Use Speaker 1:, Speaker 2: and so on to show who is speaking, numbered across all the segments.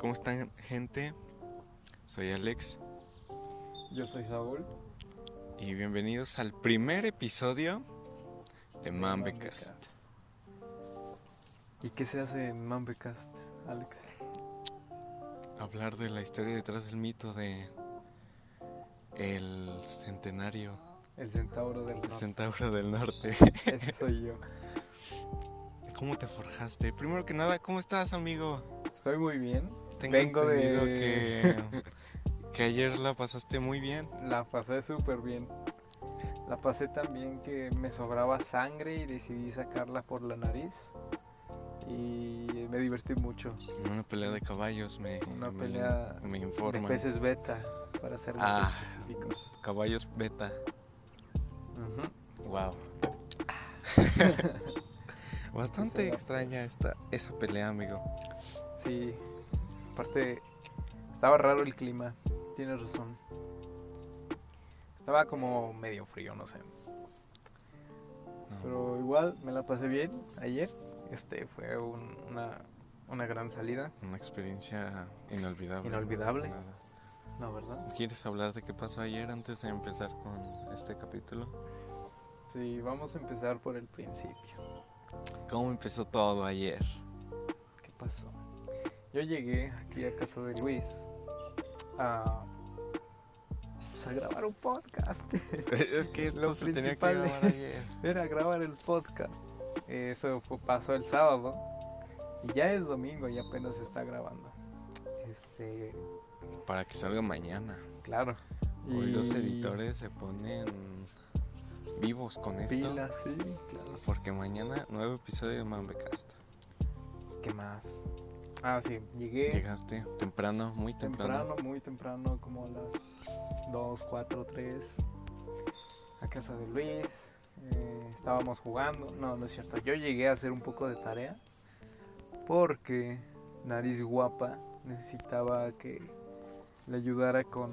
Speaker 1: ¿Cómo están, gente? Soy Alex
Speaker 2: Yo soy Saúl.
Speaker 1: y bienvenidos al primer episodio de Mambecast.
Speaker 2: ¿Y qué se hace en Mambecast, Alex?
Speaker 1: Hablar de la historia detrás del mito de el centenario,
Speaker 2: El centauro del
Speaker 1: el
Speaker 2: norte.
Speaker 1: centauro del norte.
Speaker 2: Ese soy yo.
Speaker 1: ¿Cómo te forjaste? Primero que nada, ¿cómo estás, amigo?
Speaker 2: Estoy muy bien.
Speaker 1: Tengo
Speaker 2: Vengo de-
Speaker 1: entendido que que ayer la pasaste muy bien.
Speaker 2: La pasé súper bien. La pasé tan bien que me sobraba sangre y decidí sacarla por la nariz. Y me divertí mucho.
Speaker 1: En una pelea de caballos me
Speaker 2: Una
Speaker 1: me-
Speaker 2: pelea
Speaker 1: me informan.
Speaker 2: De peces beta, para ser más
Speaker 1: Ah.
Speaker 2: específicos.
Speaker 1: Caballos beta.
Speaker 2: Ujú.
Speaker 1: Wow. Bastante
Speaker 2: Esa era-
Speaker 1: extraña esta, esa pelea, amigo.
Speaker 2: Sí. Aparte, estaba raro el clima. Tienes razón. Estaba como medio frío, no sé.
Speaker 1: No.
Speaker 2: Pero igual me la pasé bien ayer. Este fue un- una, una gran salida.
Speaker 1: Una experiencia inolvidable.
Speaker 2: Inolvidable.
Speaker 1: más que nada.
Speaker 2: No, ¿verdad?
Speaker 1: ¿Quieres hablar de qué pasó ayer antes de empezar con este capítulo?
Speaker 2: Sí, vamos a empezar por el principio.
Speaker 1: ¿Cómo empezó todo ayer?
Speaker 2: ¿Qué pasó? Yo llegué aquí a casa de Luis a, pues, a grabar un podcast.
Speaker 1: es que esto
Speaker 2: Lo
Speaker 1: se tenía que
Speaker 2: principal.
Speaker 1: grabar ayer.
Speaker 2: Era grabar el podcast. Eso fu- pasó el sábado. Y ya es domingo y apenas se está grabando. Este,
Speaker 1: Para que salga mañana.
Speaker 2: claro.
Speaker 1: Hoy los
Speaker 2: Y
Speaker 1: editores se ponen vivos con esto.
Speaker 2: Pilas, sí, claro.
Speaker 1: Porque mañana nuevo episodio de Mambecast.
Speaker 2: ¿Qué más? Ah, sí, llegué
Speaker 1: Llegaste temprano, muy temprano.
Speaker 2: temprano, muy temprano, como a las 2, 4, 3, a casa de Luis. eh, estábamos jugando. No, no es cierto. Yo llegué a hacer un poco de tarea porque Nariz Guapa necesitaba que le ayudara con,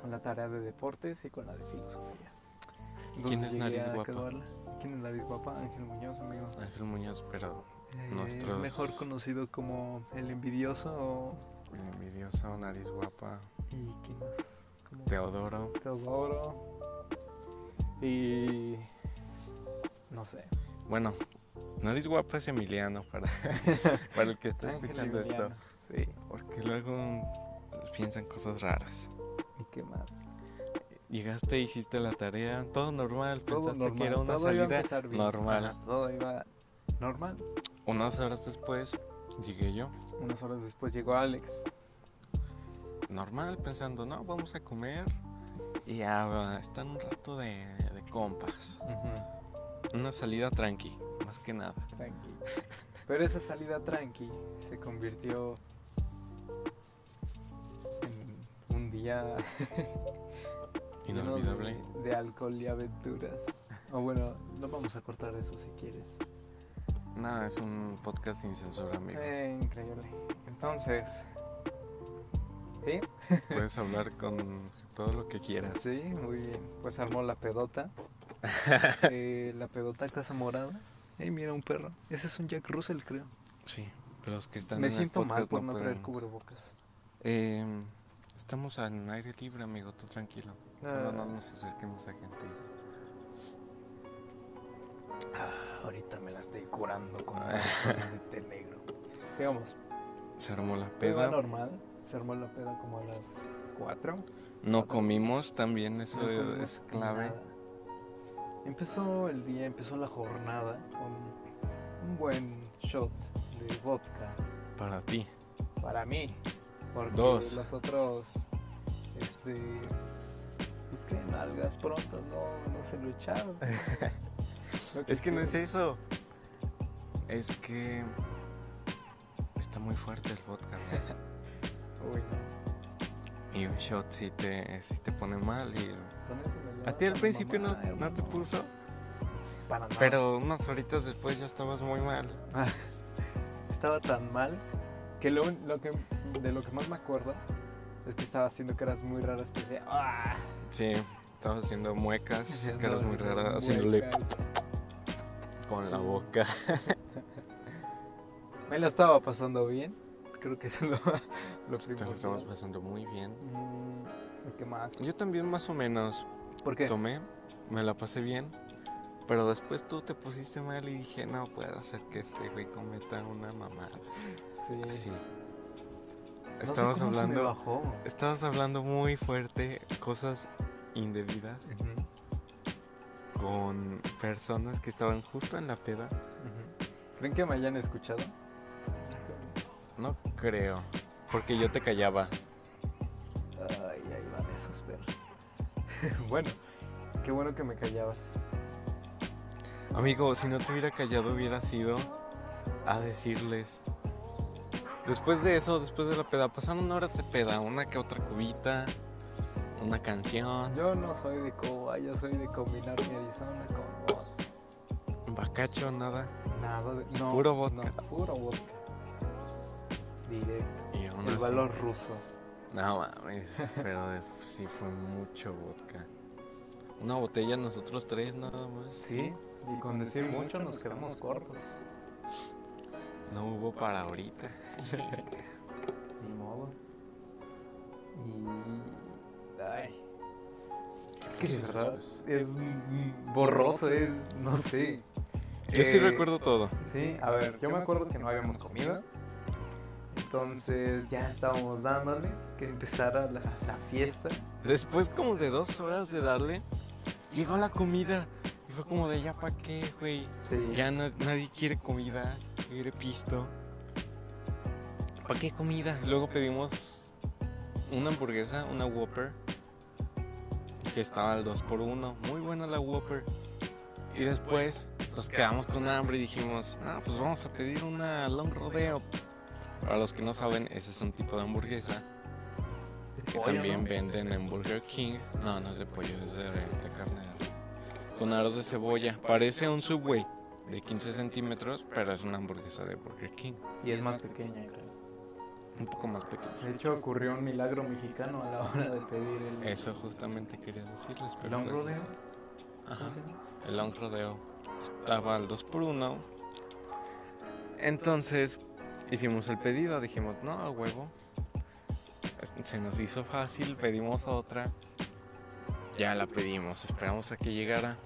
Speaker 2: con la tarea de deportes y con la de filosofía.
Speaker 1: ¿Quién es
Speaker 2: llegué
Speaker 1: Nariz
Speaker 2: a
Speaker 1: Guapa?
Speaker 2: acabarla. ¿Quién es Nariz Guapa? Ángel Muñoz, amigo.
Speaker 1: Ángel Muñoz, pero
Speaker 2: Eh,
Speaker 1: Nuestros-
Speaker 2: Es mejor conocido como el envidioso o-
Speaker 1: el envidioso, nariz guapa,
Speaker 2: y quién más? Como
Speaker 1: Teodoro.
Speaker 2: Teodoro. Y no sé.
Speaker 1: Bueno, nariz guapa es Emiliano para, para el que está
Speaker 2: Ángel
Speaker 1: escuchando
Speaker 2: Emiliano,
Speaker 1: esto.
Speaker 2: Sí.
Speaker 1: Porque luego piensan cosas raras.
Speaker 2: ¿Y qué más?
Speaker 1: Llegaste, hiciste la tarea, todo normal,
Speaker 2: Todo
Speaker 1: pensaste
Speaker 2: normal,
Speaker 1: que era una
Speaker 2: todo iba a
Speaker 1: salida
Speaker 2: empezar bien.
Speaker 1: normal.
Speaker 2: Ajá, todo iba normal.
Speaker 1: Unas horas después llegué yo,
Speaker 2: Unas horas después llegó Alex.
Speaker 1: normal, pensando, no, vamos a comer y a estar un rato de, de compas. Una salida tranqui, más que nada.
Speaker 2: Tranqui. Pero esa salida tranqui se convirtió en un día lleno de-
Speaker 1: Inolvidable.
Speaker 2: De, alcohol y aventuras. O bueno, no vamos a cortar eso si quieres.
Speaker 1: Nada, es un podcast sin censura, amigo.
Speaker 2: Eh, increíble. Entonces. ¿Sí?
Speaker 1: Puedes hablar con todo lo que quieras.
Speaker 2: Sí, muy bien. Pues armó la pedota. Eh, la pedota casa morada. Eh, mira un perro. Ese es un Jack Russell, creo.
Speaker 1: Sí, los que están
Speaker 2: Me
Speaker 1: en el
Speaker 2: siento mal
Speaker 1: podcast
Speaker 2: por no, traer
Speaker 1: pueden.
Speaker 2: cubrebocas.
Speaker 1: Eh, estamos al aire libre, amigo, tú tranquilo. Solo
Speaker 2: Ah.
Speaker 1: no nos acerquemos a gente.
Speaker 2: ahorita me la estoy curando con
Speaker 1: una
Speaker 2: de té negro. Sigamos.
Speaker 1: Se armó la
Speaker 2: Iba
Speaker 1: peda.
Speaker 2: normal. Se armó la peda como a las 4.
Speaker 1: No comimos también, eso
Speaker 2: No comimos
Speaker 1: es clave.
Speaker 2: nada. Empezó el día, empezó la jornada con un buen shot de vodka
Speaker 1: Para ti.
Speaker 2: para mí. Porque
Speaker 1: Dos.
Speaker 2: los otros, este, pues, pues que nalgas pronto, no, no sé luchar. No
Speaker 1: Es que no es
Speaker 2: quisieron.
Speaker 1: eso. Es que. Está muy fuerte el vodka, ¿no?
Speaker 2: Uy, no,
Speaker 1: Y un shot si te, sí te pone mal. Y...
Speaker 2: con eso me
Speaker 1: A ti
Speaker 2: levanta
Speaker 1: al
Speaker 2: mi
Speaker 1: principio no,
Speaker 2: mamá,
Speaker 1: no te
Speaker 2: hermano,
Speaker 1: puso,
Speaker 2: Para nada.
Speaker 1: pero unas horitas después ya estabas muy mal.
Speaker 2: Ah, estaba tan mal que lo, un- lo que de lo que más me acuerdo es que estaba haciendo caras muy raras que decía ¡Ah!
Speaker 1: Sí, estabas haciendo muecas,
Speaker 2: Haciendo
Speaker 1: caras muy raras, haciéndole
Speaker 2: muecas.
Speaker 1: con la
Speaker 2: Sí.
Speaker 1: boca.
Speaker 2: Me la estaba pasando bien. creo que eso es lo, lo
Speaker 1: Te lo estamos
Speaker 2: primordial.
Speaker 1: pasando muy bien.
Speaker 2: Mm, ¿Qué más?
Speaker 1: Yo también más o menos
Speaker 2: ¿Por qué?
Speaker 1: tomé, me la pasé bien, pero después tú te pusiste mal y dije, no puedo hacer que este güey cometa una mamada.
Speaker 2: Sí.
Speaker 1: Así.
Speaker 2: No sé
Speaker 1: Estabas
Speaker 2: cómo se me
Speaker 1: hablando,
Speaker 2: bajó.
Speaker 1: estabas hablando muy fuerte cosas indebidas
Speaker 2: Ujú,
Speaker 1: con personas que estaban justo en la peda.
Speaker 2: ujú. ¿Creen que me hayan escuchado?
Speaker 1: No creo, porque yo te callaba.
Speaker 2: Ay, ahí van esos perros. bueno, qué bueno que me callabas.
Speaker 1: Amigo, si no te hubiera callado hubiera sido a decirles. Después de eso, después de la peda, pasaron horas de peda, una que otra cubita, una canción,
Speaker 2: Yo no soy de coba, yo soy de combinar mi Arizona con vodka.
Speaker 1: bacacho, nada.
Speaker 2: Nada de. No,
Speaker 1: Puro vodka.
Speaker 2: no, puro vodka. Directo.
Speaker 1: Y aún
Speaker 2: El
Speaker 1: así-
Speaker 2: valor ruso.
Speaker 1: No mames, pero de- sí fue mucho vodka. Una botella nosotros tres nada más.
Speaker 2: Sí, y con decir mucho nos quedamos cortos.
Speaker 1: No hubo para ahorita.
Speaker 2: Ni modo. Y. Ay. Es que de verdad es mm, borroso, es. No sé.
Speaker 1: Yo sí
Speaker 2: Eh,
Speaker 1: recuerdo todo.
Speaker 2: Sí, a ver, yo me acuerdo que no habíamos comido. Entonces ya estábamos dándole que empezara la, la fiesta.
Speaker 1: Después como de dos horas de darle, llegó la comida. Y fue como de ya pa' qué, güey.
Speaker 2: Sí.
Speaker 1: Ya na- nadie quiere comida, quiere pisto. ¿Para qué comida? Luego pedimos una hamburguesa, una Whopper, que estaba al 2x1. Muy buena la Whopper. Y después nos quedamos con hambre y dijimos, ah, pues vamos a pedir una Long Rodeo. Para los que no saben, ese es un tipo de hamburguesa que
Speaker 2: Pollo,
Speaker 1: también
Speaker 2: ¿no?
Speaker 1: venden en Burger King. No, no es de pollo, es de, de carne de res. Con aros de cebolla. Parece un Subway de 15 centímetros, pero es una hamburguesa de Burger King.
Speaker 2: Y es más pequeña, creo.
Speaker 1: Un poco más pequeña.
Speaker 2: De hecho, ocurrió un milagro mexicano a la hora de pedir el.
Speaker 1: Eso justamente quería decirles. Pero
Speaker 2: ¿Long
Speaker 1: pues,
Speaker 2: rodeo?
Speaker 1: Ajá, el long rodeo. Estaba al 2x1. Entonces hicimos el pedido, dijimos, no, a huevo. Es- Se nos hizo fácil, pedimos otra. Ya la pedimos, esperamos a que llegara.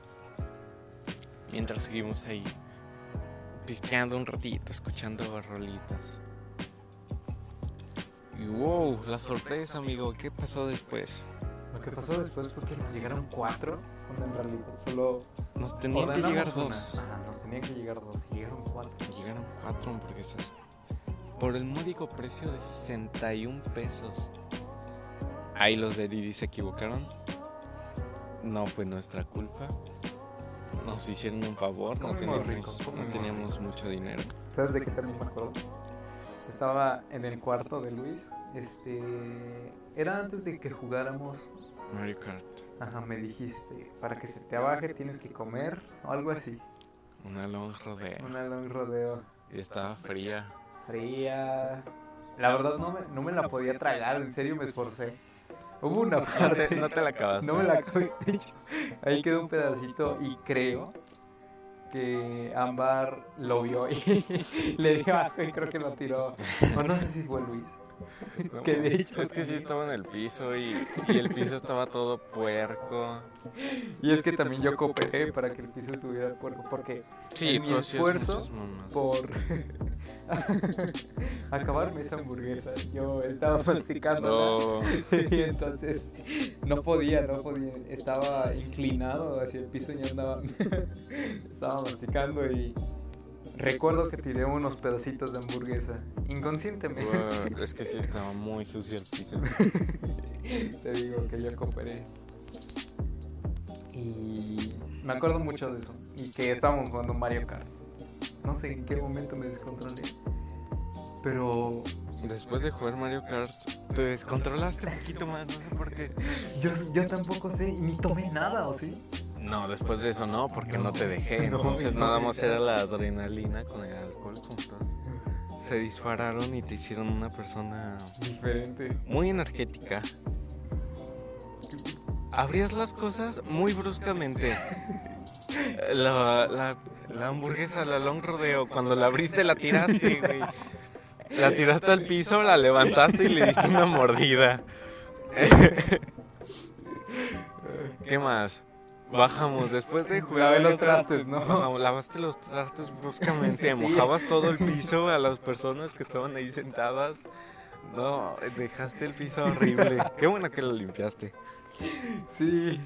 Speaker 1: Mientras seguimos ahí, pisqueando un ratito, escuchando rolitas. Y wow, la sorpresa, amigo, ¿qué pasó después?
Speaker 2: Lo que pasó después fue que nos llegaron cuatro, cuando en realidad solo.
Speaker 1: Nos tenían que
Speaker 2: ordenamos
Speaker 1: llegar
Speaker 2: una.
Speaker 1: dos.
Speaker 2: Ajá, nos tenían que llegar dos. y Llegaron cuatro.
Speaker 1: Llegaron cuatro hamburguesas por el módico precio de 61 pesos. Ahí los de Didi se equivocaron. No fue nuestra culpa. Nos hicieron un favor, no
Speaker 2: Comimos
Speaker 1: teníamos,
Speaker 2: rico,
Speaker 1: no
Speaker 2: comimos
Speaker 1: teníamos mucho dinero.
Speaker 2: ¿Sabes de qué también me acuerdo? Estaba en el cuarto de Luis. Este. Era antes de que jugáramos
Speaker 1: Mario Kart,
Speaker 2: Ajá, me dijiste, para que se te abaje tienes que comer o algo así.
Speaker 1: una long rodeo.
Speaker 2: Una long rodeo
Speaker 1: Y estaba fría.
Speaker 2: fría. La verdad no me, no me la podía tragar, en serio me esforcé. Hubo una parte,
Speaker 1: No te la acabaste.
Speaker 2: no me la acabé, de hecho, Ahí quedó un pedacito y creo que Ámbar lo vio y le dio asco y creo que lo tiró. O no sé si fue Luis.
Speaker 1: No,
Speaker 2: que de hecho-
Speaker 1: es que sí estaba en el piso y, y el piso estaba todo puerco.
Speaker 2: Y es que también yo cooperé para que el piso estuviera puerco porque
Speaker 1: Sí,
Speaker 2: En mi
Speaker 1: tú hacías
Speaker 2: esfuerzo
Speaker 1: muchas mamadas.
Speaker 2: por acabarme esa hamburguesa. Yo estaba masticando
Speaker 1: No.
Speaker 2: y entonces no podía, no podía. Estaba inclinado hacia el piso y andaba. estaba masticando y recuerdo que tiré unos pedacitos de hamburguesa inconscientemente.
Speaker 1: Wow, es que sí estaba muy sucio el piso.
Speaker 2: Te digo que yo cooperé. Y me acuerdo mucho de eso. Y que estábamos jugando Mario Kart. No sé en qué momento me descontrolé. Pero
Speaker 1: Después de jugar Mario Kart, te descontrolaste un poquito más, no sé por qué.
Speaker 2: yo, yo tampoco sé, ni tomé nada, ¿o sí?
Speaker 1: No, después de eso no, porque no te dejé.
Speaker 2: No,
Speaker 1: Entonces
Speaker 2: no
Speaker 1: nada
Speaker 2: me
Speaker 1: más era
Speaker 2: dejaste.
Speaker 1: la adrenalina con el alcohol juntos. Se dispararon y te hicieron una persona
Speaker 2: Diferente.
Speaker 1: muy energética. Abrías las cosas muy bruscamente. La, la- la hamburguesa, la long rodeo, cuando la abriste la tiraste, güey. La tiraste al piso, la levantaste y le diste una mordida. ¿Qué más? Bajamos, después de jugar.
Speaker 2: Lavé los trastes, ¿no?
Speaker 1: Bajamos, lavaste los trastes bruscamente,
Speaker 2: Sí.
Speaker 1: mojabas todo el piso a las personas que estaban ahí sentadas. No, dejaste el piso horrible. Qué bueno que lo limpiaste.
Speaker 2: Sí.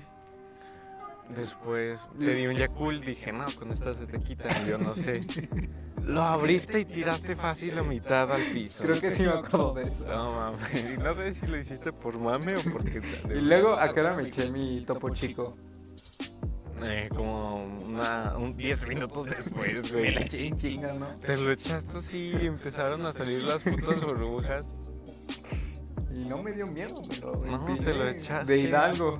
Speaker 1: Después
Speaker 2: Mm.
Speaker 1: pedí un Yakul, dije, no, con esta se te quita, yo no sé. Lo abriste y tiraste fácil la mitad al piso.
Speaker 2: Creo que sí me acuerdo de eso.
Speaker 1: No mames, y no sé si lo hiciste por mame o porque...
Speaker 2: Y luego acá era me eché mi topo chico.
Speaker 1: Eh, como una, un 10 minutos después,
Speaker 2: Me la
Speaker 1: güey.
Speaker 2: eché en chinga, ¿no?
Speaker 1: Te lo echaste así y empezaron a salir las putas burbujas.
Speaker 2: Y no me dio miedo, pero.
Speaker 1: No, te lo echaste.
Speaker 2: De Hidalgo.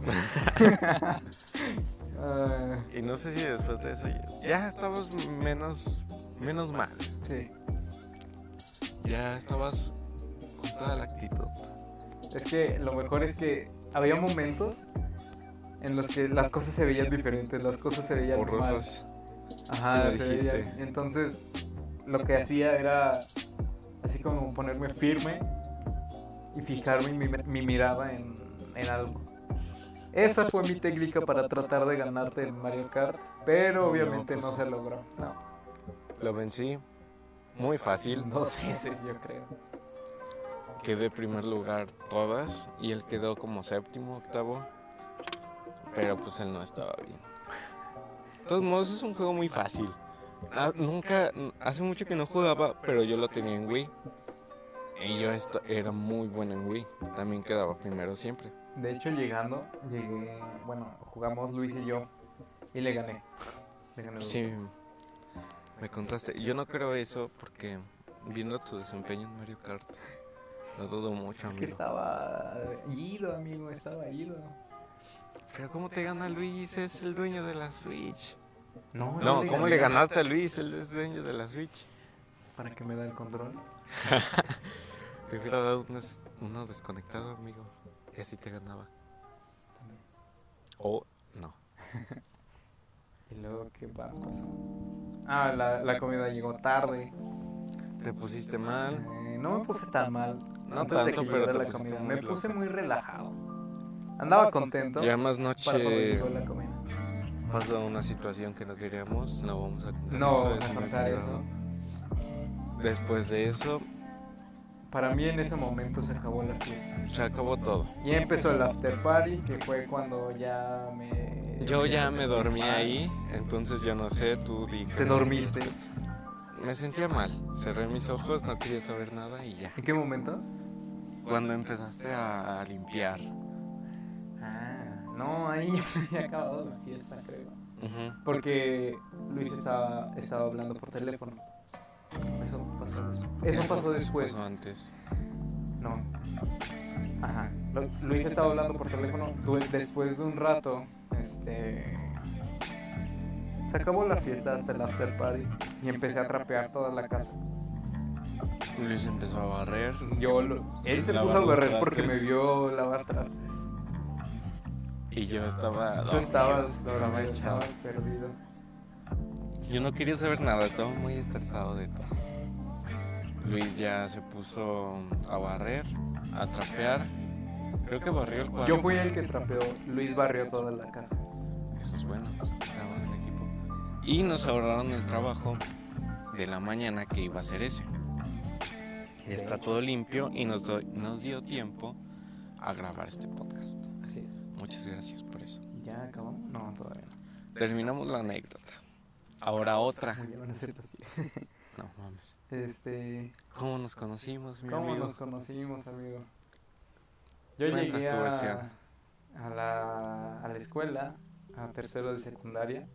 Speaker 2: Ah,
Speaker 1: Y no sé si después de eso ya- ya estabas menos, menos mal.
Speaker 2: sí.
Speaker 1: Ya estabas con toda la actitud.
Speaker 2: Es que lo mejor es que había momentos en los que las cosas se veían diferentes, las cosas se veían mal.
Speaker 1: Borrosas.
Speaker 2: Ajá,
Speaker 1: Sí, lo
Speaker 2: se veían.
Speaker 1: dijiste.
Speaker 2: Entonces, lo que hacía era así como ponerme firme y fijarme mi, mi mirada en, en algo. Esa fue mi técnica para tratar de ganarte el Mario Kart, pero
Speaker 1: No,
Speaker 2: obviamente
Speaker 1: pues-
Speaker 2: no se logró. No,
Speaker 1: Lo vencí muy fácil.
Speaker 2: dos veces yo creo.
Speaker 1: Quedé primer lugar todas y él quedó como séptimo, octavo. Pero pues él no estaba bien. De todos modos es un juego muy fácil. Ah, nunca, hace mucho que no jugaba, pero yo lo tenía en Wii. Y yo esta- era muy bueno en Wii. También quedaba primero siempre.
Speaker 2: De hecho, llegando, llegué, bueno, jugamos Luis y yo y le gané. Le gané dos
Speaker 1: Sí, me contaste. Yo no creo eso porque viendo tu desempeño en Mario Kart, lo dudo mucho,
Speaker 2: Es que
Speaker 1: amigo.
Speaker 2: estaba ido, amigo, estaba ido.
Speaker 1: Pero ¿cómo te gana Luis? Es el dueño de la Switch.
Speaker 2: No,
Speaker 1: No, ¿cómo le
Speaker 2: gané?
Speaker 1: ganaste a Luis? Él es dueño de la Switch.
Speaker 2: Para que me da el control.
Speaker 1: Te hubiera dado una, des- una desconectada, amigo. Y así te ganaba. O no.
Speaker 2: Y luego, ¿qué pasa? Ah, la, la comida llegó tarde.
Speaker 1: Te pusiste mal.
Speaker 2: Eh, no me puse tan mal.
Speaker 1: No
Speaker 2: antes de que
Speaker 1: tanto, pero
Speaker 2: llegara
Speaker 1: te
Speaker 2: la
Speaker 1: pusiste
Speaker 2: comida.
Speaker 1: muy
Speaker 2: Me puse
Speaker 1: loco.
Speaker 2: muy relajado. Andaba contento
Speaker 1: Ya más
Speaker 2: para cuando
Speaker 1: noche
Speaker 2: llegó la comida.
Speaker 1: pasó una situación que no queríamos. No vamos a contar
Speaker 2: No,
Speaker 1: eso,
Speaker 2: vamos
Speaker 1: es
Speaker 2: a
Speaker 1: muy
Speaker 2: contar
Speaker 1: privado. Después de eso,
Speaker 2: Para mí en ese momento se acabó la fiesta.
Speaker 1: se acabó todo.
Speaker 2: Y empezó el after party, que fue cuando ya me...
Speaker 1: Yo ya me dormí
Speaker 2: mal.
Speaker 1: ahí, entonces yo no sé, tú di que
Speaker 2: Te dormiste.
Speaker 1: Me sentía mal. Cerré mis ojos, no quería saber nada y ya.
Speaker 2: ¿En qué momento?
Speaker 1: Cuando empezaste a limpiar.
Speaker 2: Ah, no, ahí ya se había acabado la fiesta, creo.
Speaker 1: Ujú.
Speaker 2: Porque Luis estaba, estaba hablando por teléfono. Eso pasó después. Eso pasó después.
Speaker 1: Pasó antes.
Speaker 2: No. Ajá. Lu- Luis estaba hablando por teléfono. Du- Después de un rato, este. Se acabó la fiesta hasta el after party y empecé a trapear toda la casa.
Speaker 1: Luis empezó a barrer.
Speaker 2: Yo lo- Él se
Speaker 1: Lavar
Speaker 2: puso a
Speaker 1: los
Speaker 2: barrer porque me
Speaker 1: trastes.
Speaker 2: vio lavar trastes.
Speaker 1: Y yo estaba.
Speaker 2: Tú estabas,
Speaker 1: estaba
Speaker 2: dormido,
Speaker 1: echado.
Speaker 2: estabas perdido.
Speaker 1: Yo no quería saber nada, estaba muy estresado de todo. Luis ya se puso a barrer, a trapear. Creo que barrió el cuarto.
Speaker 2: Yo fui el que trapeó. Luis barrió toda la casa.
Speaker 1: Eso es bueno, pues, trabajo en equipo. Y nos ahorraron el trabajo de la mañana que iba a ser ese. Ya está todo limpio y nos, do- nos dio tiempo a grabar este podcast.
Speaker 2: Así es.
Speaker 1: Muchas gracias por eso.
Speaker 2: ¿Ya acabamos? No, todavía no.
Speaker 1: Terminamos la anécdota. Ahora otra.
Speaker 2: Muy bien, van a ser las diez.
Speaker 1: No mames.
Speaker 2: Este,
Speaker 1: ¿Cómo nos conocimos, mi
Speaker 2: ¿Cómo
Speaker 1: amigo?
Speaker 2: nos conocimos, amigo? Yo
Speaker 1: Cuenta
Speaker 2: llegué
Speaker 1: tu
Speaker 2: a,
Speaker 1: versión.
Speaker 2: a la, a la escuela, a tercero de secundaria.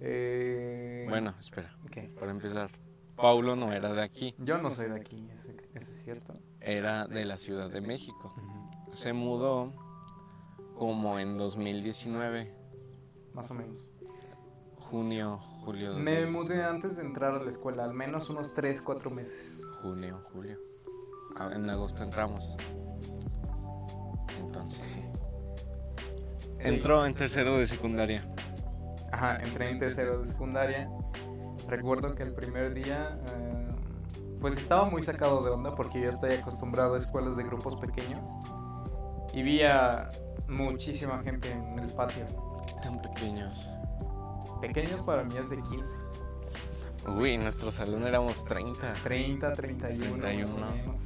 Speaker 2: Eh,
Speaker 1: Bueno, espera,
Speaker 2: ¿qué?
Speaker 1: para empezar. Paulo no era de aquí,
Speaker 2: Yo no soy de aquí, eso, eso es cierto.
Speaker 1: era de la Ciudad de México. Se mudó como en 2019.
Speaker 2: Más o menos.
Speaker 1: Junio, julio.
Speaker 2: Me
Speaker 1: 2019.
Speaker 2: mudé antes de entrar a la escuela, al menos unos 3, 4 meses.
Speaker 1: Junio, julio. Ah, en agosto entramos. Entonces, sí. Entró en tercero de secundaria.
Speaker 2: Ajá, entré en tercero de secundaria. Recuerdo que el primer día eh, Pues estaba muy sacado de onda porque yo estoy acostumbrado a escuelas de grupos pequeños y vi a muchísima gente en el patio.
Speaker 1: Tan pequeños.
Speaker 2: Pequeños para mí es de 15,
Speaker 1: Uy, en nuestro salón éramos 30.
Speaker 2: 30, 31.
Speaker 1: 31.
Speaker 2: más o menos.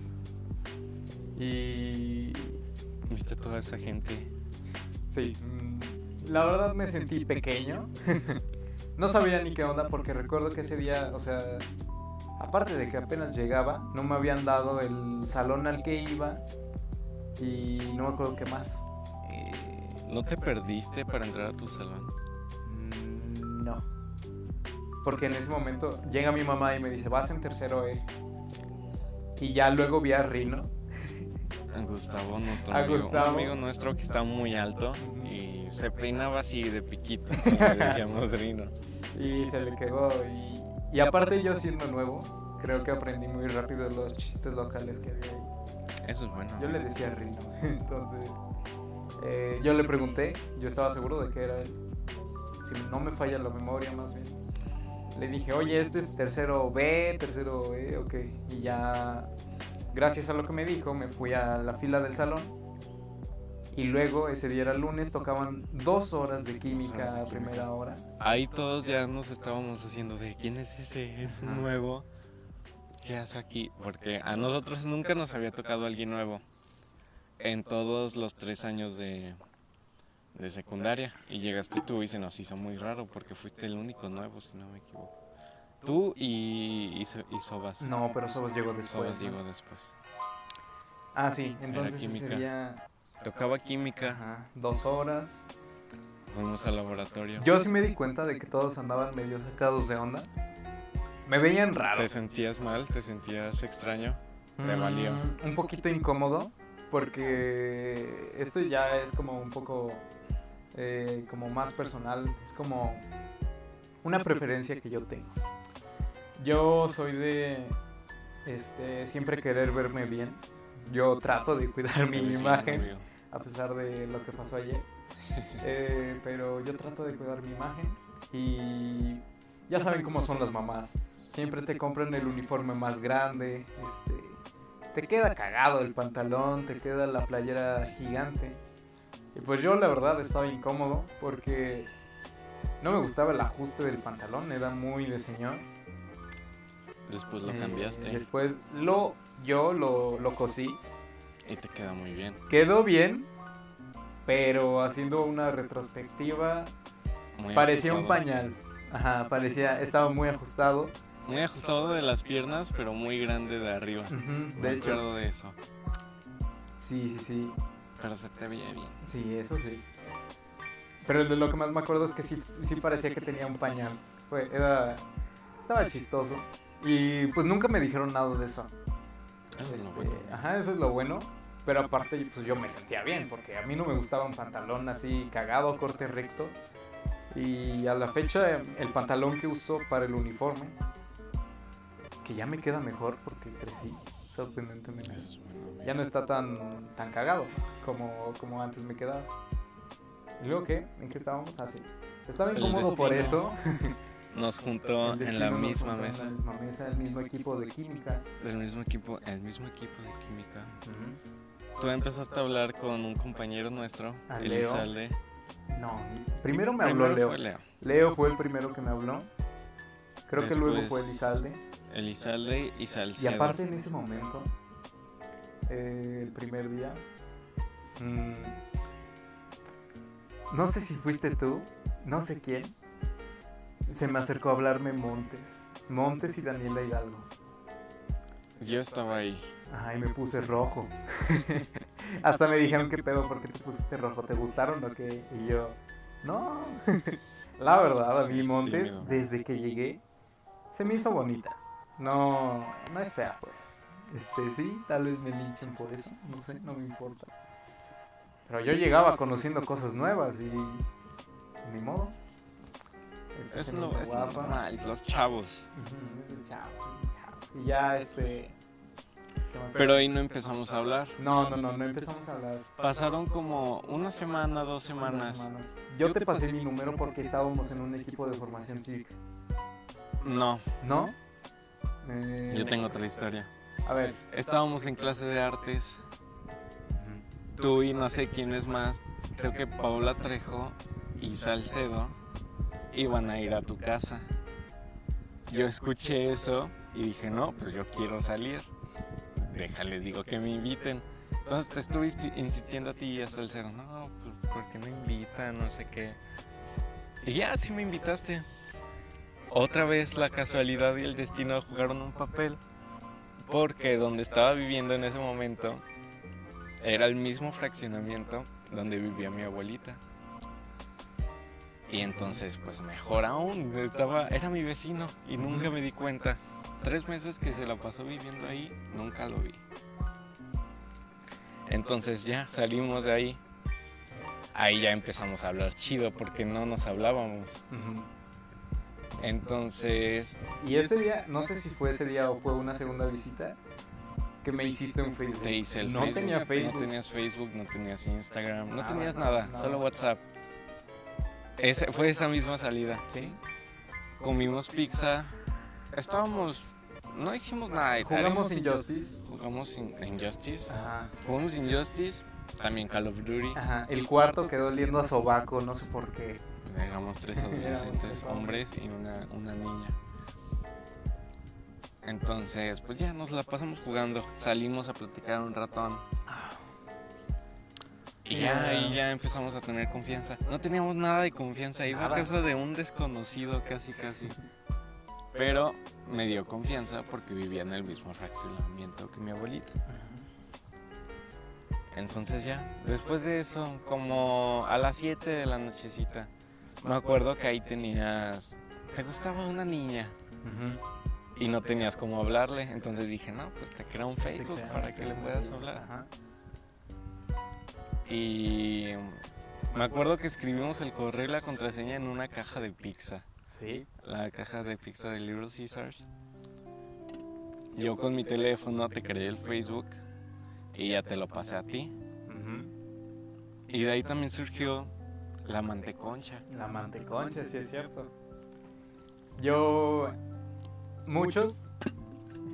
Speaker 2: Y
Speaker 1: ¿Viste toda esa gente?
Speaker 2: sí, mm, la verdad me sentí pequeño. No sabía ni qué onda porque recuerdo que ese día, o sea, aparte de que apenas llegaba, no me habían dado el salón al que iba y no me acuerdo qué más. Eh,
Speaker 1: ¿No te perdiste para entrar a tu salón?
Speaker 2: Mm, No. Porque en ese momento llega mi mamá y me dice, vas en tercero E. Y ya luego vi a Rino.
Speaker 1: A Gustavo, nuestro
Speaker 2: A
Speaker 1: amigo,
Speaker 2: Gustavo.
Speaker 1: un amigo nuestro que está muy alto
Speaker 2: Ujú.
Speaker 1: y se peinaba así de piquito, como le decíamos Rino.
Speaker 2: Y se le quedó. Y, y aparte yo siendo nuevo, creo que aprendí muy rápido los chistes locales que había ahí.
Speaker 1: Eso es bueno.
Speaker 2: Yo le decía a Rino. Entonces, eh, yo le pregunté, yo estaba seguro de que era él. Si no me falla la memoria, más bien. Le dije, oye, este es tercero B, tercero E, ok. Y ya, gracias a lo que me dijo, me fui a la fila del salón. Y luego, ese día era lunes, tocaban dos
Speaker 1: horas
Speaker 2: horas de
Speaker 1: de
Speaker 2: química a
Speaker 1: química.
Speaker 2: primera hora.
Speaker 1: Ahí todos ya nos estábamos haciendo de quién es ese, es un
Speaker 2: Ajá.
Speaker 1: nuevo. ¿Qué hace aquí? Porque a nosotros nunca nos había tocado alguien nuevo. En todos los tres años de, de secundaria. Y llegaste tú y se nos hizo muy raro porque fuiste el único nuevo, si no me equivoco. Tú y, y, So- y Sobas.
Speaker 2: No, pero Sobas llegó después.
Speaker 1: Sobas
Speaker 2: ¿no?
Speaker 1: llegó después.
Speaker 2: Ah, sí, entonces
Speaker 1: química.
Speaker 2: sería
Speaker 1: Tocaba química,
Speaker 2: dos horas.
Speaker 1: fuimos al laboratorio.
Speaker 2: Yo sí me di cuenta de que todos andaban medio sacados de onda. Me veían raro.
Speaker 1: ¿Te sentías mal? ¿Te sentías extraño? te
Speaker 2: Mm,
Speaker 1: valió.
Speaker 2: Un poquito incómodo porque esto ya es como un poco eh, como más personal. Es como una preferencia que yo tengo. Yo soy de este, siempre querer verme bien. Yo trato de cuidar mi
Speaker 1: Te decían,
Speaker 2: imagen
Speaker 1: "Obvio".
Speaker 2: a pesar de lo que pasó ayer. Eh, pero yo trato de cuidar mi imagen y ya saben cómo son las mamás. Siempre te compran el uniforme más grande, este, te queda cagado el pantalón, te queda la playera gigante. Y pues yo la verdad estaba incómodo porque no me gustaba el ajuste del pantalón, era muy de señor.
Speaker 1: Después lo
Speaker 2: Eh,
Speaker 1: cambiaste
Speaker 2: después lo, yo lo, lo cosí
Speaker 1: y te queda muy bien.
Speaker 2: quedó bien, pero haciendo una retrospectiva,
Speaker 1: Muy
Speaker 2: parecía un
Speaker 1: ajustado.
Speaker 2: pañal. Ajá, parecía, estaba muy ajustado.
Speaker 1: Muy ajustado de las piernas, pero muy grande de arriba.
Speaker 2: Ujú,
Speaker 1: Me
Speaker 2: de hecho,
Speaker 1: acuerdo de eso.
Speaker 2: sí, sí, sí,
Speaker 1: Pero se te veía bien.
Speaker 2: sí, eso sí. Pero de lo que más me acuerdo es que sí, sí parecía que tenía un pañal. Fue, era, estaba chistoso. Y pues nunca me dijeron nada de eso.
Speaker 1: Eso es lo
Speaker 2: Este,
Speaker 1: bueno.
Speaker 2: Ajá, eso es lo bueno. Pero aparte, pues yo me sentía bien, porque a mí no me gustaba un pantalón así cagado, corte recto. Y a la fecha, el pantalón que uso para el uniforme, que ya me queda mejor porque crecí, sorprendentemente.
Speaker 1: Eso es bueno.
Speaker 2: Ya no está tan, tan cagado como, como antes me quedaba. ¿Y luego qué? ¿En qué estábamos? Así. Estaba
Speaker 1: El
Speaker 2: incómodo por eso.
Speaker 1: destino. Nos juntó
Speaker 2: El
Speaker 1: en la
Speaker 2: destino nos
Speaker 1: misma
Speaker 2: juntó
Speaker 1: mesa.
Speaker 2: En la misma mesa, el mismo equipo de química.
Speaker 1: Del mismo equipo, el mismo equipo de química. Tú empezaste a hablar con un compañero nuestro,
Speaker 2: A Leo.
Speaker 1: Elizalde.
Speaker 2: No, primero me habló
Speaker 1: Primero
Speaker 2: Leo.
Speaker 1: fue Leo.
Speaker 2: Leo fue el primero que me habló. Creo que luego fue
Speaker 1: Después,
Speaker 2: Elizalde.
Speaker 1: Elizalde y
Speaker 2: Y
Speaker 1: Salcedo.
Speaker 2: aparte en ese momento, eh, el primer día, mm, no sé si fuiste tú, no sé quién, se me acercó a hablarme Montes. Montes y Daniela Hidalgo.
Speaker 1: Yo estaba ahí.
Speaker 2: Ay, me puse rojo. Hasta me dijeron qué pedo, ¿por qué te pusiste rojo? ¿Te gustaron o qué? Y yo, no. La verdad, a mí
Speaker 1: Sí,
Speaker 2: Montes,
Speaker 1: tímido.
Speaker 2: desde que llegué, se me hizo bonita. No, no es fea, pues. Este, sí, tal vez me linchen por eso, no sé, no me importa. Pero yo llegaba conociendo cosas nuevas y... Ni modo. Esta
Speaker 1: Es
Speaker 2: se me
Speaker 1: lo,
Speaker 2: hizo
Speaker 1: es lo
Speaker 2: guapa.
Speaker 1: normal, los chavos.
Speaker 2: Ujú, chao, chao. Y ya, este... ¿qué más?
Speaker 1: Pero ahí no empezamos a hablar.
Speaker 2: No, no, no, no empezamos a hablar.
Speaker 1: Pasaron como una semana, dos
Speaker 2: Unas
Speaker 1: semanas.
Speaker 2: semanas. Yo te pasé mi número porque estábamos en un equipo de formación cívica.
Speaker 1: No,
Speaker 2: ¿No? Eh,
Speaker 1: Yo tengo otra historia.
Speaker 2: A ver,
Speaker 1: Estábamos en clase de artes. Tú y no sé quién es más. Creo que Paula Trejo y Salcedo iban a ir a tu casa. Yo escuché eso y dije, no, pues yo quiero salir. Déjales, digo que me inviten. Entonces te estuve insti- insistiendo a ti y a Salcedo, no, pues ¿por qué me invitan? No sé qué. Y ya, sí me invitaste. Otra vez la casualidad y el destino jugaron un papel. Porque donde estaba viviendo en ese momento era el mismo fraccionamiento donde vivía mi abuelita. Y entonces, pues mejor aún, estaba, era mi vecino y nunca me di cuenta. Tres meses que se la pasó viviendo ahí, nunca lo vi. Entonces ya salimos de ahí. Ahí ya empezamos a hablar chido porque no nos hablábamos. Entonces,
Speaker 2: y ese día, no sé si fue ese día o fue una segunda visita que me hiciste un Facebook.
Speaker 1: Te hice el
Speaker 2: no
Speaker 1: Facebook.
Speaker 2: Tenía Facebook.
Speaker 1: No tenías Facebook, no tenías Instagram, no
Speaker 2: Nada,
Speaker 1: tenías
Speaker 2: nada,
Speaker 1: nada,
Speaker 2: nada.
Speaker 1: solo WhatsApp. Ese, fue esa misma salida.
Speaker 2: Sí.
Speaker 1: Comimos pizza. Estábamos. No hicimos nada. de tarea.
Speaker 2: Jugamos Ah. Injustice.
Speaker 1: Jugamos in- Injustice.
Speaker 2: Ajá.
Speaker 1: Jugamos Injustice. También Call of Duty.
Speaker 2: Ajá. El cuarto quedó oliendo a sobaco, no sé por qué.
Speaker 1: Éramos tres
Speaker 2: Éramos
Speaker 1: adolescentes,
Speaker 2: tres
Speaker 1: hombres y una, una niña. Entonces, pues ya nos la pasamos jugando. Salimos a platicar un ratón. Y ya, y ya empezamos a tener confianza. No teníamos nada de confianza. Iba
Speaker 2: Nada.
Speaker 1: a casa de un desconocido casi, casi. Pero me dio confianza porque vivía en el mismo fraccionamiento que mi abuelita. Entonces ya, después de eso, como a las 7 de la nochecita, me acuerdo que ahí tenías... Te gustaba una niña y no tenías cómo hablarle. Entonces dije, no, pues te creo un Facebook para que le puedas hablar.
Speaker 2: Ajá.
Speaker 1: Y me acuerdo que escribimos el correo y la contraseña en una caja de pizza.
Speaker 2: Sí.
Speaker 1: La caja de pizza de Little Caesars. Yo con mi teléfono te creé el Facebook y ya te lo pasé a ti.
Speaker 2: Ujú.
Speaker 1: Y de ahí también surgió la manteconcha.
Speaker 2: La manteconcha, sí es cierto. Yo. Muchos.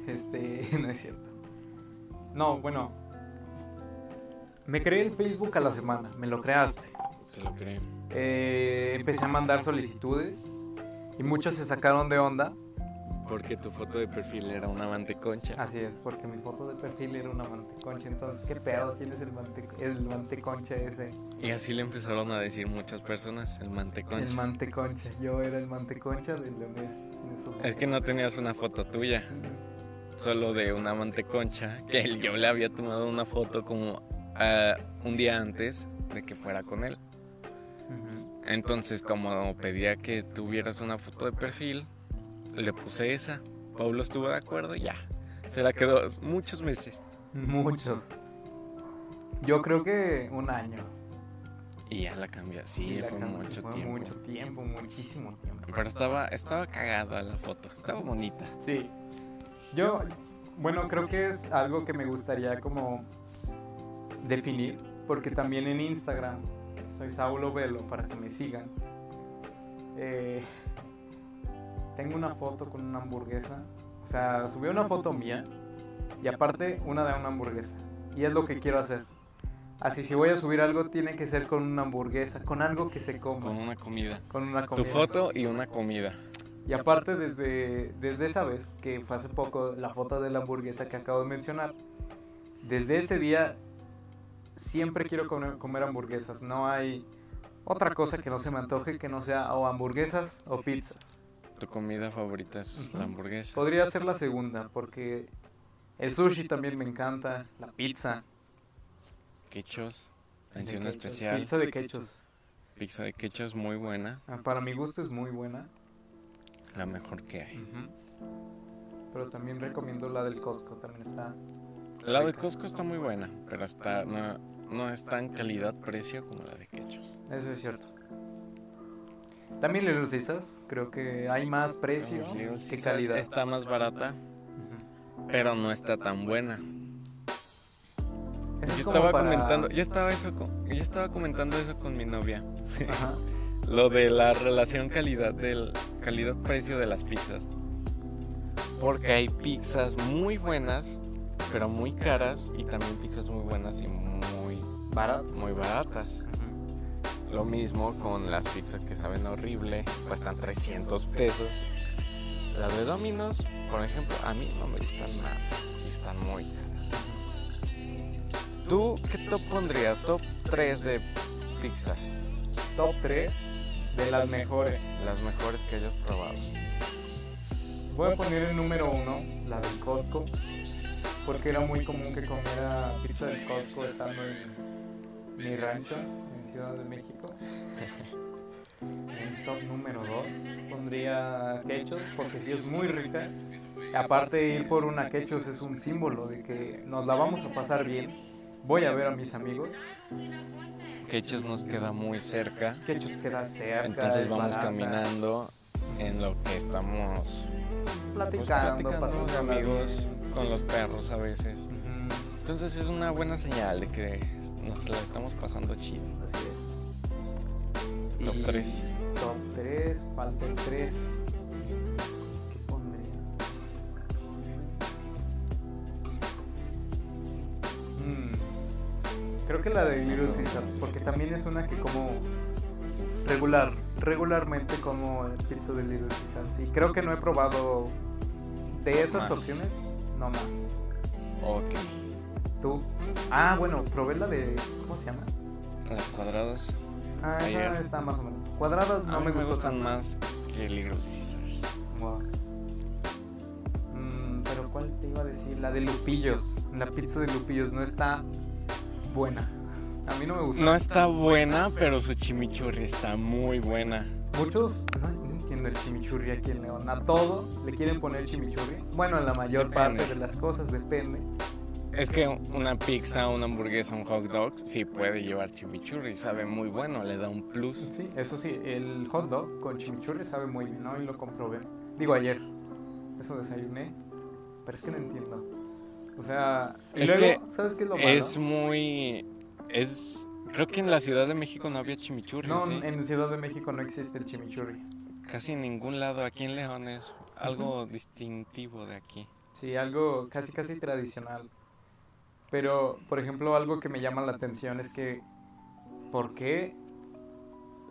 Speaker 2: Este. No es cierto. No, bueno. Me creé el Facebook a la semana, me lo creaste.
Speaker 1: Te lo creé.
Speaker 2: Eh, empecé a mandar solicitudes y muchos se sacaron de onda.
Speaker 1: Porque tu foto de perfil era una manteconcha.
Speaker 2: Así es, porque mi foto de perfil era una manteconcha. Entonces, ¿qué pedo tienes el, mante- el manteconcha ese?
Speaker 1: Y así le empezaron a decir muchas personas, el
Speaker 2: El
Speaker 1: manteconcha.
Speaker 2: manteconcha. Yo era el manteconcha del Leonés. en esos
Speaker 1: Es que no tenías una foto tuya,
Speaker 2: momentos.
Speaker 1: solo de una manteconcha, que él- yo le había tomado una foto como ah, un día antes de que fuera con él.
Speaker 2: Ujú.
Speaker 1: Entonces, como pedía que tuvieras una foto de perfil, le puse esa. Pablo estuvo de acuerdo y ya. Se la quedó muchos meses.
Speaker 2: Muchos. Yo creo que un año.
Speaker 1: Y ya la cambié. Sí,
Speaker 2: la
Speaker 1: fue
Speaker 2: cam-
Speaker 1: mucho
Speaker 2: fue
Speaker 1: tiempo.
Speaker 2: mucho tiempo, muchísimo tiempo.
Speaker 1: Pero estaba, estaba cagada la foto, estaba bonita.
Speaker 2: Sí. Yo, bueno, creo que es algo que me gustaría como definir, porque también en Instagram soy Saulo Velo para que me sigan. Eh, tengo una foto con una hamburguesa, o sea, subí una foto mía y aparte una de una hamburguesa, y es lo que quiero hacer. Así si voy a subir algo tiene que ser con una hamburguesa, con algo que se
Speaker 1: Con
Speaker 2: coma,
Speaker 1: una comida.
Speaker 2: con una
Speaker 1: Tu
Speaker 2: comida.
Speaker 1: foto y una comida.
Speaker 2: Y aparte, desde, desde esa vez, que fue hace poco la foto de la hamburguesa que acabo de mencionar, desde ese día siempre quiero comer, comer hamburguesas. No hay otra cosa que no se me antoje que no sea o hamburguesas o pizzas.
Speaker 1: Tu comida favorita es
Speaker 2: Ujú. Pues,
Speaker 1: la hamburguesa.
Speaker 2: Podría ser la segunda, porque el sushi también me encanta, la pizza.
Speaker 1: Quechos, mención
Speaker 2: De quechos,
Speaker 1: especial.
Speaker 2: Pizza de quechos.
Speaker 1: Pizza de quechos muy buena,
Speaker 2: Ah, Para mi gusto es muy buena.
Speaker 1: la mejor que
Speaker 2: Mm,
Speaker 1: hay.
Speaker 2: Pero también recomiendo la del Costco, también está.
Speaker 1: La de Costco está muy buena, pero está, no, no es tan calidad-precio como la de quechos.
Speaker 2: Eso es cierto. También Little Caesars, creo que hay más precio
Speaker 1: Pero Little
Speaker 2: que
Speaker 1: Caesars
Speaker 2: calidad.
Speaker 1: Está más barata,
Speaker 2: Ujú.
Speaker 1: pero no está tan buena.
Speaker 2: Eso es
Speaker 1: Yo
Speaker 2: como
Speaker 1: estaba
Speaker 2: para-
Speaker 1: comentando, yo estaba eso con- yo estaba comentando eso con mi novia.
Speaker 2: Ajá.
Speaker 1: Lo de la relación calidad del calidad precio de las pizzas. Porque hay pizzas muy buenas, pero muy caras. Y también pizzas muy buenas y muy,
Speaker 2: Barato.
Speaker 1: muy baratas. Lo mismo con las pizzas que saben horrible, cuestan 300 pesos. Las de Domino's, por ejemplo, a mí no me gustan nada y están muy caras. ¿Tú qué top pondrías? Top 3 de pizzas,
Speaker 2: Top 3 de las mejores.
Speaker 1: las mejores que hayas probado.
Speaker 2: Voy a poner el número 1, la del Costco. Porque era muy común que comiera pizza del Costco estando en mi rancho, en Ciudad de México. En top número 2 pondría Quechos, porque sí es muy rica. Aparte de ir por una Quechos es un símbolo de que nos la vamos a pasar bien. Voy a ver a mis amigos.
Speaker 1: Quechos nos queda muy cerca,
Speaker 2: Quechos queda cerca.
Speaker 1: entonces
Speaker 2: es
Speaker 1: vamos
Speaker 2: barata.
Speaker 1: caminando en lo que estamos pues,
Speaker 2: Platicando,
Speaker 1: platicando con
Speaker 2: pasándola
Speaker 1: amigos,
Speaker 2: bien.
Speaker 1: con los perros a veces.
Speaker 2: Ujú,
Speaker 1: Entonces es una buena señal de que nos la estamos pasando chido.
Speaker 2: así es.
Speaker 1: Top
Speaker 2: Y
Speaker 1: 3.
Speaker 2: Top 3, falta el 3. ¿Qué pondría? Mm, Creo que la de Virus Pizza, porque también es una que como regular, regularmente como el pizza de Little Caesars. Y creo que no he probado de esas
Speaker 1: Más.
Speaker 2: opciones, no más.
Speaker 1: Ok.
Speaker 2: Tú. Ah, bueno, probé la de. ¿Cómo se llama?
Speaker 1: Las cuadradas
Speaker 2: Ah,
Speaker 1: Ayer.
Speaker 2: esa está más o menos. Cuadradas no
Speaker 1: a mí
Speaker 2: me,
Speaker 1: me
Speaker 2: gustó
Speaker 1: gustan
Speaker 2: tanto.
Speaker 1: más que el libro de Caesars.
Speaker 2: Wow. Mm, pero ¿cuál te iba a decir? La de Lupillos. La pizza de Lupillos no está buena. A mí no me gusta.
Speaker 1: No está buena, pero su chimichurri está muy buena.
Speaker 2: Muchos no no entiendo el chimichurri aquí en León. A todo le quieren poner chimichurri. Bueno, en la mayor
Speaker 1: Depende.
Speaker 2: parte de las cosas depende.
Speaker 1: Es que una pizza, una hamburguesa, un hot dog sí puede llevar chimichurri, sabe muy bueno, le da un plus.
Speaker 2: Sí, eso sí, el hot dog con chimichurri sabe muy bien, ¿no? Y lo comprobé. Digo, ayer. Eso desayuné. Pero es que no entiendo. O sea, y
Speaker 1: Es
Speaker 2: luego, ¿sabes qué es lo malo?
Speaker 1: Es muy es creo que en la Ciudad de México no había chimichurri,
Speaker 2: No,
Speaker 1: ¿sí?
Speaker 2: en Ciudad de México no existe el chimichurri.
Speaker 1: Casi en ningún lado aquí en León es algo distintivo de aquí.
Speaker 2: Sí, algo casi casi tradicional. Pero, por ejemplo, algo que me llama la atención es que, ¿por qué?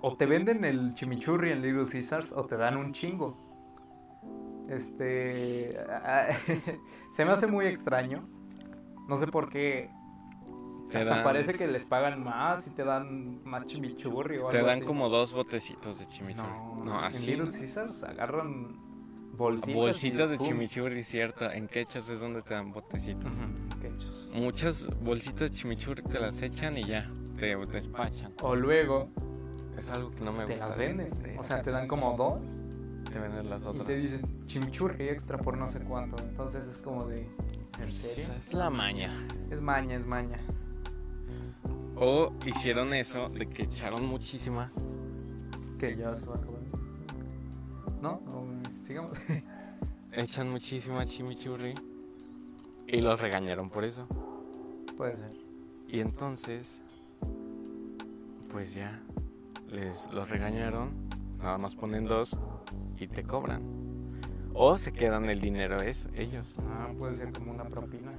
Speaker 2: O te venden el chimichurri en Little Caesars o te dan un chingo. Este. se me hace muy extraño. No sé por qué.
Speaker 1: Te
Speaker 2: hasta
Speaker 1: dan-
Speaker 2: parece que les pagan más y te dan más chimichurri o algo
Speaker 1: Te dan
Speaker 2: así.
Speaker 1: como dos botecitos de chimichurri.
Speaker 2: No,
Speaker 1: No,
Speaker 2: en
Speaker 1: así.
Speaker 2: Little Caesars agarran bolsitas. y
Speaker 1: Bolsitas de
Speaker 2: pum.
Speaker 1: chimichurri, cierto. En quechas es donde te dan botecitos.
Speaker 2: Ujú, quechos.
Speaker 1: Muchas bolsitas de chimichurri te las echan y ya, te despachan.
Speaker 2: O luego
Speaker 1: Es algo que no me gusta.
Speaker 2: te las venden.
Speaker 1: de
Speaker 2: O sea, te dan como dos
Speaker 1: Te venden las
Speaker 2: y
Speaker 1: otras.
Speaker 2: te dicen chimichurri extra por no sé cuánto. Entonces es como de. ¿En
Speaker 1: Esa Pues
Speaker 2: serio?
Speaker 1: Es la maña.
Speaker 2: Es maña, es maña.
Speaker 1: O hicieron eso de que echaron muchísima.
Speaker 2: Que ya se va a acabar. ¿No? no, sigamos.
Speaker 1: Echan muchísima chimichurri. Y los regañaron por eso.
Speaker 2: Puede ser.
Speaker 1: Y entonces, pues ya, les los regañaron, nada más ponen dos y te cobran. O se quedan el dinero es, ellos.
Speaker 2: Ah, puede ser como una propina.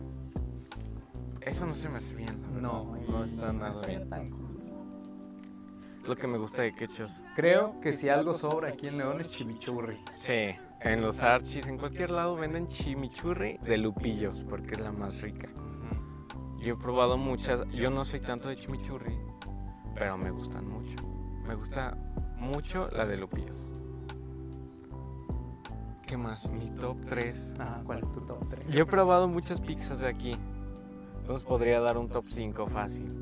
Speaker 1: Eso no se me hace bien. la verdad.
Speaker 2: No,
Speaker 1: no está nada
Speaker 2: estaría
Speaker 1: bien.
Speaker 2: tan cool.
Speaker 1: Lo que me gusta de quechos.
Speaker 2: Creo que si algo sobra aquí en León es chimichurri.
Speaker 1: Sí, en los archis, en cualquier lado venden chimichurri de lupillos, porque es la más rica. Yo he probado muchas, yo no soy tanto de chimichurri, pero me gustan mucho. Me gusta mucho la de lupillos. ¿Qué más? Mi top 3.
Speaker 2: Ah, ¿cuál es tu top 3?
Speaker 1: Yo he probado muchas pizzas de aquí. Entonces podría dar un top 5 fácil.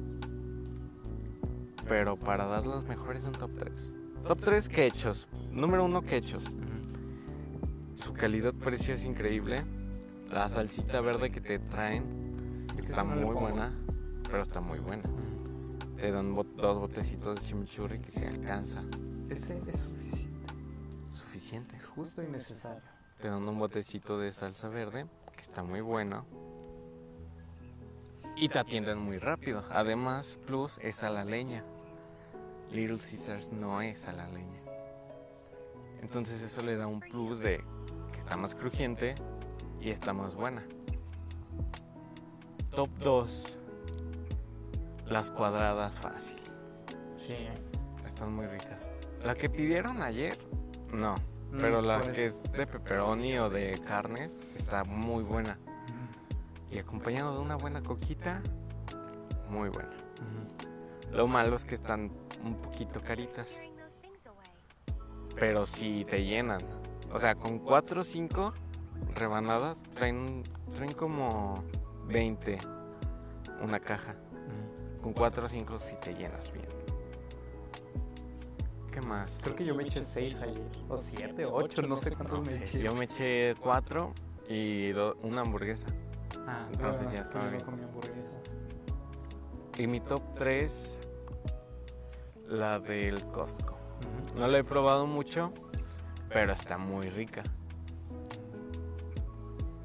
Speaker 1: Pero para dar las mejores un top 3. Top 3 quechos. Número 1 quechos. Su calidad-precio es increíble. La salsita verde que te traen está muy buena, pero está muy buena. Te dan bot- dos botecitos de chimichurri que se alcanza.
Speaker 2: Ese es suficiente.
Speaker 1: Suficiente.
Speaker 2: Es justo y necesario.
Speaker 1: Te dan un botecito de salsa verde que está muy bueno. Y te atienden muy rápido. Además, Plus es a la leña. Little Caesars no es a la leña. Entonces eso le da un plus de que está más crujiente y está más buena. Top 2. Las cuadradas fácil.
Speaker 2: Sí.
Speaker 1: Están muy ricas. La que pidieron ayer, no. Pero
Speaker 2: Mm,
Speaker 1: la
Speaker 2: pues,
Speaker 1: que es de pepperoni o de carnes está muy buena.
Speaker 2: mm,
Speaker 1: Y acompañado de una buena coquita, muy buena. Lo malo es que están un poquito caritas. Pero si te llenan. O sea, con 4 o 5 rebanadas traen, traen como 20 una caja.
Speaker 2: mm.
Speaker 1: Con 4 o 5 si te llenas bien. ¿Qué más?
Speaker 2: Creo que yo me eché 6 ayer. O 7, 8, no sé cuántos
Speaker 1: No
Speaker 2: me
Speaker 1: sé,
Speaker 2: eché.
Speaker 1: yo me eché 4 y do- una hamburguesa.
Speaker 2: Ah,
Speaker 1: entonces
Speaker 2: ah,
Speaker 1: ya estaba
Speaker 2: yo no
Speaker 1: bien.
Speaker 2: comí hamburguesa.
Speaker 1: Y mi top 3, la del Costco. No la he probado mucho, pero está muy rica.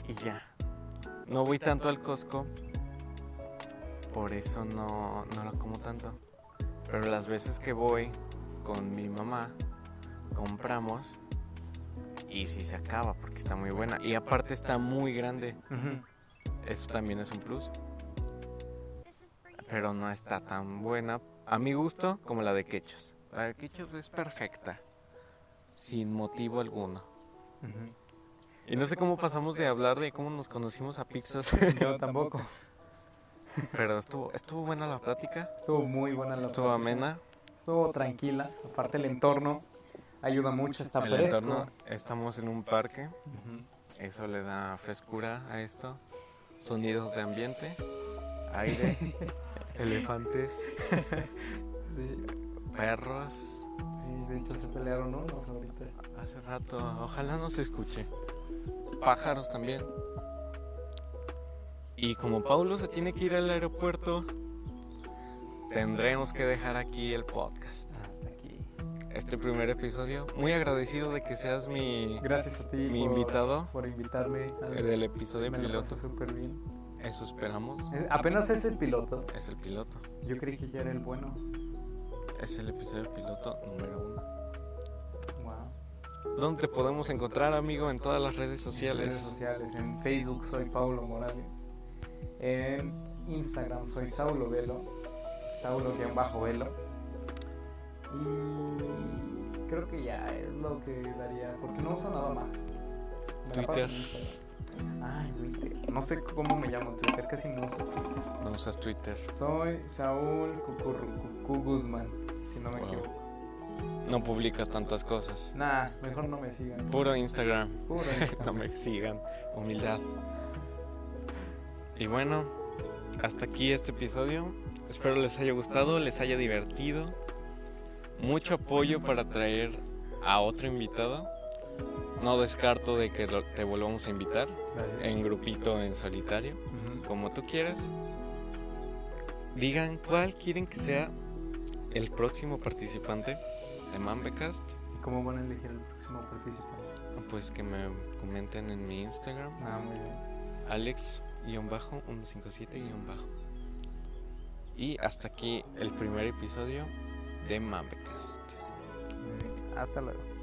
Speaker 1: Y ya. No voy tanto al Costco, por eso no, no la como tanto. Pero las veces que voy con mi mamá, compramos y si se acaba porque está muy buena. Y aparte está muy grande, eso también es un plus. Pero no está tan buena, a mi gusto, como la de Quechos. La de Quechos es perfecta, sin motivo alguno. Y no sé cómo pasamos de hablar de cómo nos conocimos a pizzas,
Speaker 2: Yo tampoco.
Speaker 1: pero estuvo, estuvo buena la plática,
Speaker 2: Estuvo muy buena la
Speaker 1: estuvo
Speaker 2: plática.
Speaker 1: amena,
Speaker 2: Estuvo tranquila. Aparte el entorno ayuda mucho, está
Speaker 1: el
Speaker 2: fresco.
Speaker 1: entorno, estamos en un parque,
Speaker 2: Ujú.
Speaker 1: eso le da frescura a esto, sonidos de ambiente, aire, elefantes, perros,
Speaker 2: Sí, de hecho se pelearon unos ahorita.
Speaker 1: Hace rato, ojalá no se escuche. Pájaros también. Y como Paulo se tiene que ir al aeropuerto, tendremos que dejar aquí el podcast.
Speaker 2: Hasta aquí.
Speaker 1: Este primer episodio, muy agradecido de que seas mi,
Speaker 2: Gracias a ti
Speaker 1: mi
Speaker 2: por,
Speaker 1: invitado
Speaker 2: por invitarme. al-
Speaker 1: el del episodio
Speaker 2: me la
Speaker 1: piloto.
Speaker 2: pasé súper bien.
Speaker 1: Eso esperamos.
Speaker 2: Eh, Apenas es el piloto.
Speaker 1: Es el piloto.
Speaker 2: Yo creí que ya era el bueno.
Speaker 1: Es el episodio piloto número uno.
Speaker 2: Wow.
Speaker 1: ¿Dónde te podemos encontrar, amigo? En todas las redes
Speaker 2: redes
Speaker 1: sociales.
Speaker 2: sociales. En Facebook soy Paulo Morales. En Instagram soy Saulo Velo. Saulo-Velo. Y creo que ya es lo que daría. Porque no uso nada más. Me la paso
Speaker 1: Twitter.
Speaker 2: en Instagram. Ah, en Twitter. No sé cómo me llamo en Twitter, casi no uso.
Speaker 1: No usas Twitter.
Speaker 2: Soy Saúl Cucurrucucú Guzmán, si no me
Speaker 1: Wow.
Speaker 2: equivoco.
Speaker 1: No publicas tantas cosas.
Speaker 2: Nah, mejor no me sigan.
Speaker 1: Puro Instagram.
Speaker 2: Puro
Speaker 1: No
Speaker 2: Instagram.
Speaker 1: me sigan, humildad. Y bueno, hasta aquí este episodio. Espero les haya gustado, les haya divertido. Mucho apoyo para traer a otro invitado. No descarto de que lo- te volvamos a invitar
Speaker 2: Gracias.
Speaker 1: en grupito, en solitario,
Speaker 2: Ujú.
Speaker 1: como tú quieras. Digan cuál quieren que sea el próximo participante de Mambecast.
Speaker 2: ¿Y ¿Cómo van a elegir al próximo participante?
Speaker 1: Pues que me comenten en mi Instagram.
Speaker 2: Ah, muy bien.
Speaker 1: Alex-157-. Y hasta aquí el primer episodio de Mambecast.
Speaker 2: Hasta luego.